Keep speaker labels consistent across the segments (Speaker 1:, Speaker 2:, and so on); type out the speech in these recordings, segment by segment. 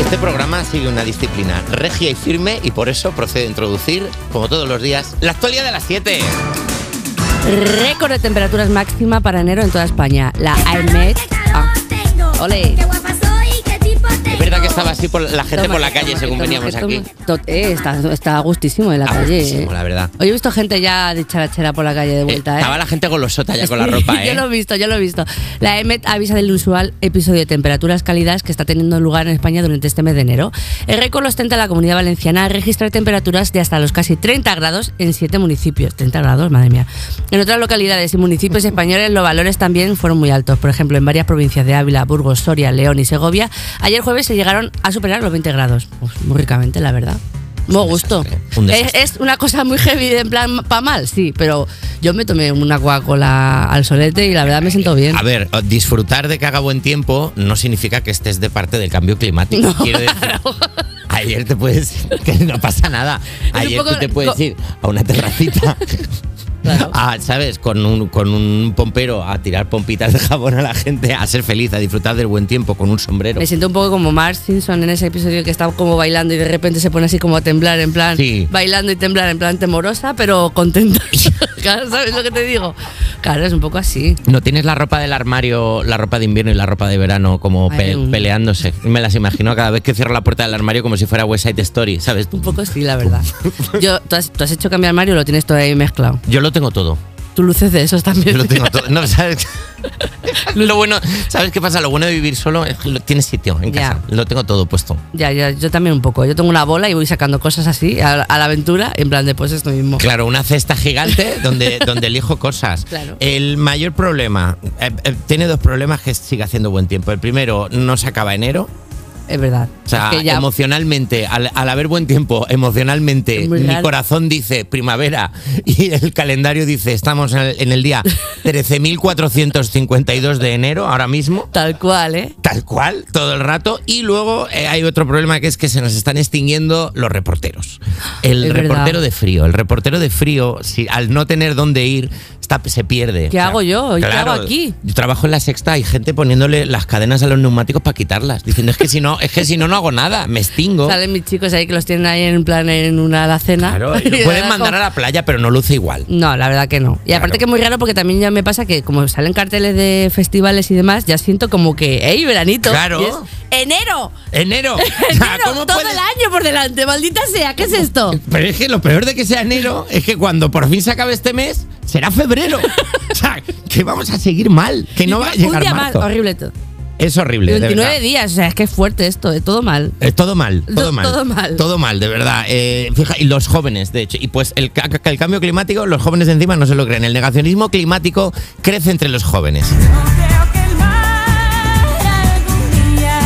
Speaker 1: Este programa sigue una disciplina regia y firme y por eso procede a introducir, como todos los días, la actualidad de las 7.
Speaker 2: Récord de temperaturas máxima para enero en toda España. La AEMET. Ah. Ole.
Speaker 1: Es verdad que estaba así por la gente por la calle según veníamos aquí.
Speaker 2: Eh, está, está a gustísimo en la
Speaker 1: A
Speaker 2: calle.
Speaker 1: gustísimo,
Speaker 2: eh.
Speaker 1: la verdad.
Speaker 2: Hoy he visto gente ya de charachera por la calle de
Speaker 1: Eh,
Speaker 2: vuelta. eh.
Speaker 1: Estaba la gente golosota ya con la ropa,
Speaker 2: yo
Speaker 1: ¿eh?
Speaker 2: lo he visto, yo lo he visto. La EMET avisa del usual episodio de temperaturas cálidas que está teniendo lugar en España durante este mes de enero. El récord lo ostenta la comunidad valenciana al registrar temperaturas de hasta los casi 30 grados en siete municipios. 30 grados, madre mía. En otras localidades y municipios españoles los valores también fueron muy altos. Por ejemplo, en varias provincias de Ávila, Burgos, Soria, León y Segovia, ayer jueves se llegaron a superar los 20 grados. Pues, muy ricamente, la verdad. Muy gusto.
Speaker 1: desastre, un
Speaker 2: Es-
Speaker 1: desastre.
Speaker 2: es una cosa muy heavy, en plan, pa' mal, sí, pero yo me tomé una Coca-Cola al solete y la verdad me siento bien.
Speaker 1: A ver, oh, disfrutar de que haga buen tiempo no significa que estés de parte del cambio climático. Quiero decir, ayer te puedes que no pasa nada.
Speaker 2: un
Speaker 1: Ayer
Speaker 2: poco
Speaker 1: tú te puedes
Speaker 2: co-
Speaker 1: ir a una terracita.
Speaker 2: Claro.
Speaker 1: a, ¿Sabes? Con un, con un pompero a tirar pompitas de jabón a la gente, a ser feliz, a disfrutar del buen tiempo con un sombrero.
Speaker 2: Me siento un poco como Mark Simpson en ese episodio que está como bailando y de repente se pone así como a temblar, en plan,
Speaker 1: Sí.
Speaker 2: bailando y temblar, en plan temorosa, pero contenta. claro, ¿sabes lo que te digo? Claro, es un poco así.
Speaker 1: No tienes la ropa del armario, la ropa de invierno y la ropa de verano como
Speaker 2: Ay,
Speaker 1: pe-
Speaker 2: un-
Speaker 1: peleándose. Me las imagino cada vez que cierro la puerta del armario como si fuera West Side Story, ¿sabes?
Speaker 2: Un poco sí, la verdad. Yo, ¿tú, has, tú has hecho cambiar Mario o lo tienes todo ahí mezclado?
Speaker 1: Yo lo tengo todo.
Speaker 2: Tú luces de esos también.
Speaker 1: Yo lo tengo todo. No, ¿sabes? Lo bueno, ¿sabes qué pasa? Lo bueno de vivir solo es que lo- tienes sitio en
Speaker 2: Ya.
Speaker 1: casa. Lo tengo todo puesto.
Speaker 2: Ya, ya, yo también un poco. Yo tengo una bola y voy sacando cosas así a, a la aventura, en plan de pues esto mismo.
Speaker 1: Claro, una cesta gigante donde, donde elijo cosas.
Speaker 2: Claro.
Speaker 1: El mayor problema, eh, eh, tiene dos problemas que sigue haciendo buen tiempo. El primero, no se acaba enero.
Speaker 2: Es verdad.
Speaker 1: O sea,
Speaker 2: Es que ya-
Speaker 1: emocionalmente, al, al haber buen tiempo, emocionalmente,
Speaker 2: Es muy
Speaker 1: mi
Speaker 2: raro.
Speaker 1: corazón dice primavera y el calendario dice estamos en el, en el día 13.452 de enero ahora mismo.
Speaker 2: Tal cual, ¿eh?
Speaker 1: Tal cual, todo el rato. Y luego eh, hay otro problema que es que se nos están extinguiendo los reporteros. El
Speaker 2: Es verdad.
Speaker 1: reportero de frío. El reportero de frío, si, al no tener dónde ir, está, se pierde.
Speaker 2: ¿Qué hago yo? ¿Qué hago aquí?
Speaker 1: Yo trabajo en la sexta y gente poniéndole las cadenas a los neumáticos para quitarlas. Diciendo, es que si no, es que si no, no hago nada. Me extingo.
Speaker 2: Salen mis chicos ahí que los tienen ahí en plan en una alacena.
Speaker 1: Claro, y
Speaker 2: Y
Speaker 1: lo
Speaker 2: de
Speaker 1: pueden
Speaker 2: verdad,
Speaker 1: mandar a
Speaker 2: como-
Speaker 1: la playa, pero no luce igual.
Speaker 2: No, la verdad que no. Y aparte
Speaker 1: Claro.
Speaker 2: que es muy raro porque también ya me pasa que como salen carteles de festivales y demás, ya siento como que, ¡ey, veranito!
Speaker 1: Claro.
Speaker 2: Y es ¡Enero!
Speaker 1: ¡Enero! O sea,
Speaker 2: ¡Enero!
Speaker 1: ¿cómo
Speaker 2: Todo
Speaker 1: puedes-
Speaker 2: el año por delante, maldita sea, ¿qué es esto?
Speaker 1: Pero es que lo peor de que sea enero es que cuando por fin se acabe este mes, será febrero. o sea, que vamos a seguir mal, que no va a
Speaker 2: Un
Speaker 1: llegar
Speaker 2: día
Speaker 1: marzo.
Speaker 2: más, horrible todo.
Speaker 1: Es horrible, de
Speaker 2: 29
Speaker 1: verdad. Eh.
Speaker 2: días, o sea, es que es fuerte esto, es todo mal.
Speaker 1: Es todo mal, todo
Speaker 2: Todo-
Speaker 1: mal.
Speaker 2: todo mal.
Speaker 1: Todo mal, de verdad. Eh, fija, y los jóvenes, de hecho. Y pues el, ca- ca- el cambio climático, los jóvenes de encima no se lo creen. El negacionismo climático crece entre los jóvenes.
Speaker 3: No creo que el mar algún día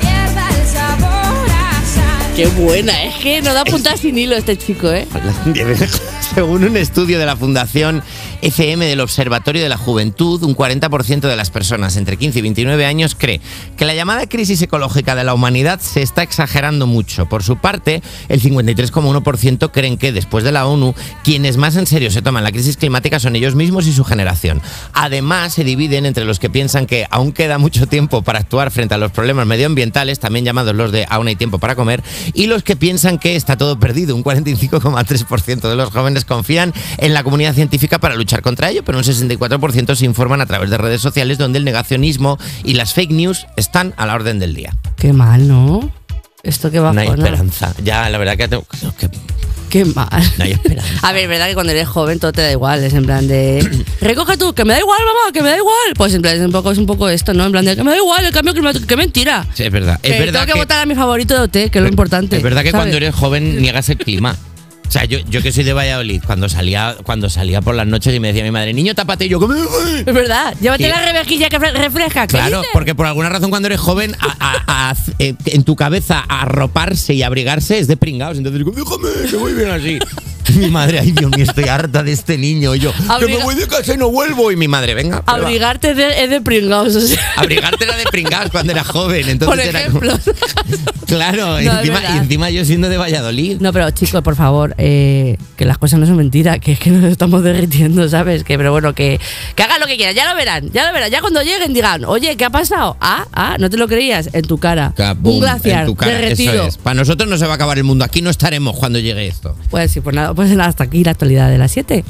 Speaker 3: pierda el sabor a sal.
Speaker 2: Qué buena, ¿eh? es que no da punta sin hilo este chico, ¿eh?
Speaker 1: Según un estudio de la Fundación FM del Observatorio de la Juventud, un 40% de las personas entre 15 y 29 años cree que la llamada crisis ecológica de la humanidad se está exagerando mucho. Por su parte, el 53,1% creen que después de la ONU, quienes más en serio se toman la crisis climática son ellos mismos y su generación. Además, se dividen entre los que piensan que aún queda mucho tiempo para actuar frente a los problemas medioambientales, también llamados los de aún hay tiempo para comer, y los que piensan que está todo perdido. Un 45,3% de los jóvenes confían en la comunidad científica para luchar contra ello, pero un 64% se informan a través de redes sociales donde el negacionismo y las fake news están a la orden del día.
Speaker 2: Qué mal, ¿no? Esto que va
Speaker 1: no hay esperanza. Ya, la verdad que, tengo- creo que no
Speaker 2: Qué mal.
Speaker 1: hay esperanza.
Speaker 2: A ver, verdad que cuando eres joven todo te da igual, es en plan de recoge tú, que me da igual, mamá, que me da igual. Pues en plan es un poco es un poco esto, ¿no? En plan de que me da igual el cambio climático, que mentira.
Speaker 1: Sí, es verdad. Es
Speaker 2: que
Speaker 1: verdad
Speaker 2: tengo que, votar a mi favorito de OT, que es lo importante.
Speaker 1: Es verdad que
Speaker 2: ¿sabes?
Speaker 1: cuando eres joven niegas el clima. O sea, yo, yo que soy de Valladolid, cuando salía, cuando salía por las noches y me decía mi madre, niño, tápate, y yo, "¿Cómo me voy?".
Speaker 2: Es verdad, llévate
Speaker 1: Sí.
Speaker 2: la revejilla que fre- refresca. ¿qué
Speaker 1: Claro,
Speaker 2: dices?
Speaker 1: porque por alguna razón cuando eres joven, a- a- a- eh, en tu cabeza arroparse y abrigarse es de pringados. Entonces digo, déjame, que voy bien así. Mi madre, ay Dios mío, estoy harta de este niño. Y yo, que me
Speaker 2: Abriga-
Speaker 1: voy de casa y no vuelvo. Y mi madre, venga. prueba.
Speaker 2: Abrigarte de- es de pringados. o sea.
Speaker 1: Abrigarte era de pringados cuando era joven. Entonces
Speaker 2: Por
Speaker 1: era
Speaker 2: ejemplo.
Speaker 1: como- Claro,
Speaker 2: No, es
Speaker 1: encima,
Speaker 2: verdad.
Speaker 1: y encima yo siendo de Valladolid.
Speaker 2: No, pero chicos, por favor, eh, que las cosas no son mentiras, que es que nos estamos derritiendo, ¿sabes? Que, pero bueno, que, que hagan lo que quieran, ya lo verán, ya lo verán, ya cuando lleguen digan, oye, ¿qué ha pasado? Ah, ah, no te lo creías, en tu cara.
Speaker 1: Kabum,
Speaker 2: Un glaciar,
Speaker 1: en tu cara,
Speaker 2: derretido.
Speaker 1: eso es. Para nosotros no se va a acabar el mundo. Aquí no estaremos cuando llegue esto.
Speaker 2: Pues sí, pues nada, pues nada, hasta aquí la actualidad de las 7.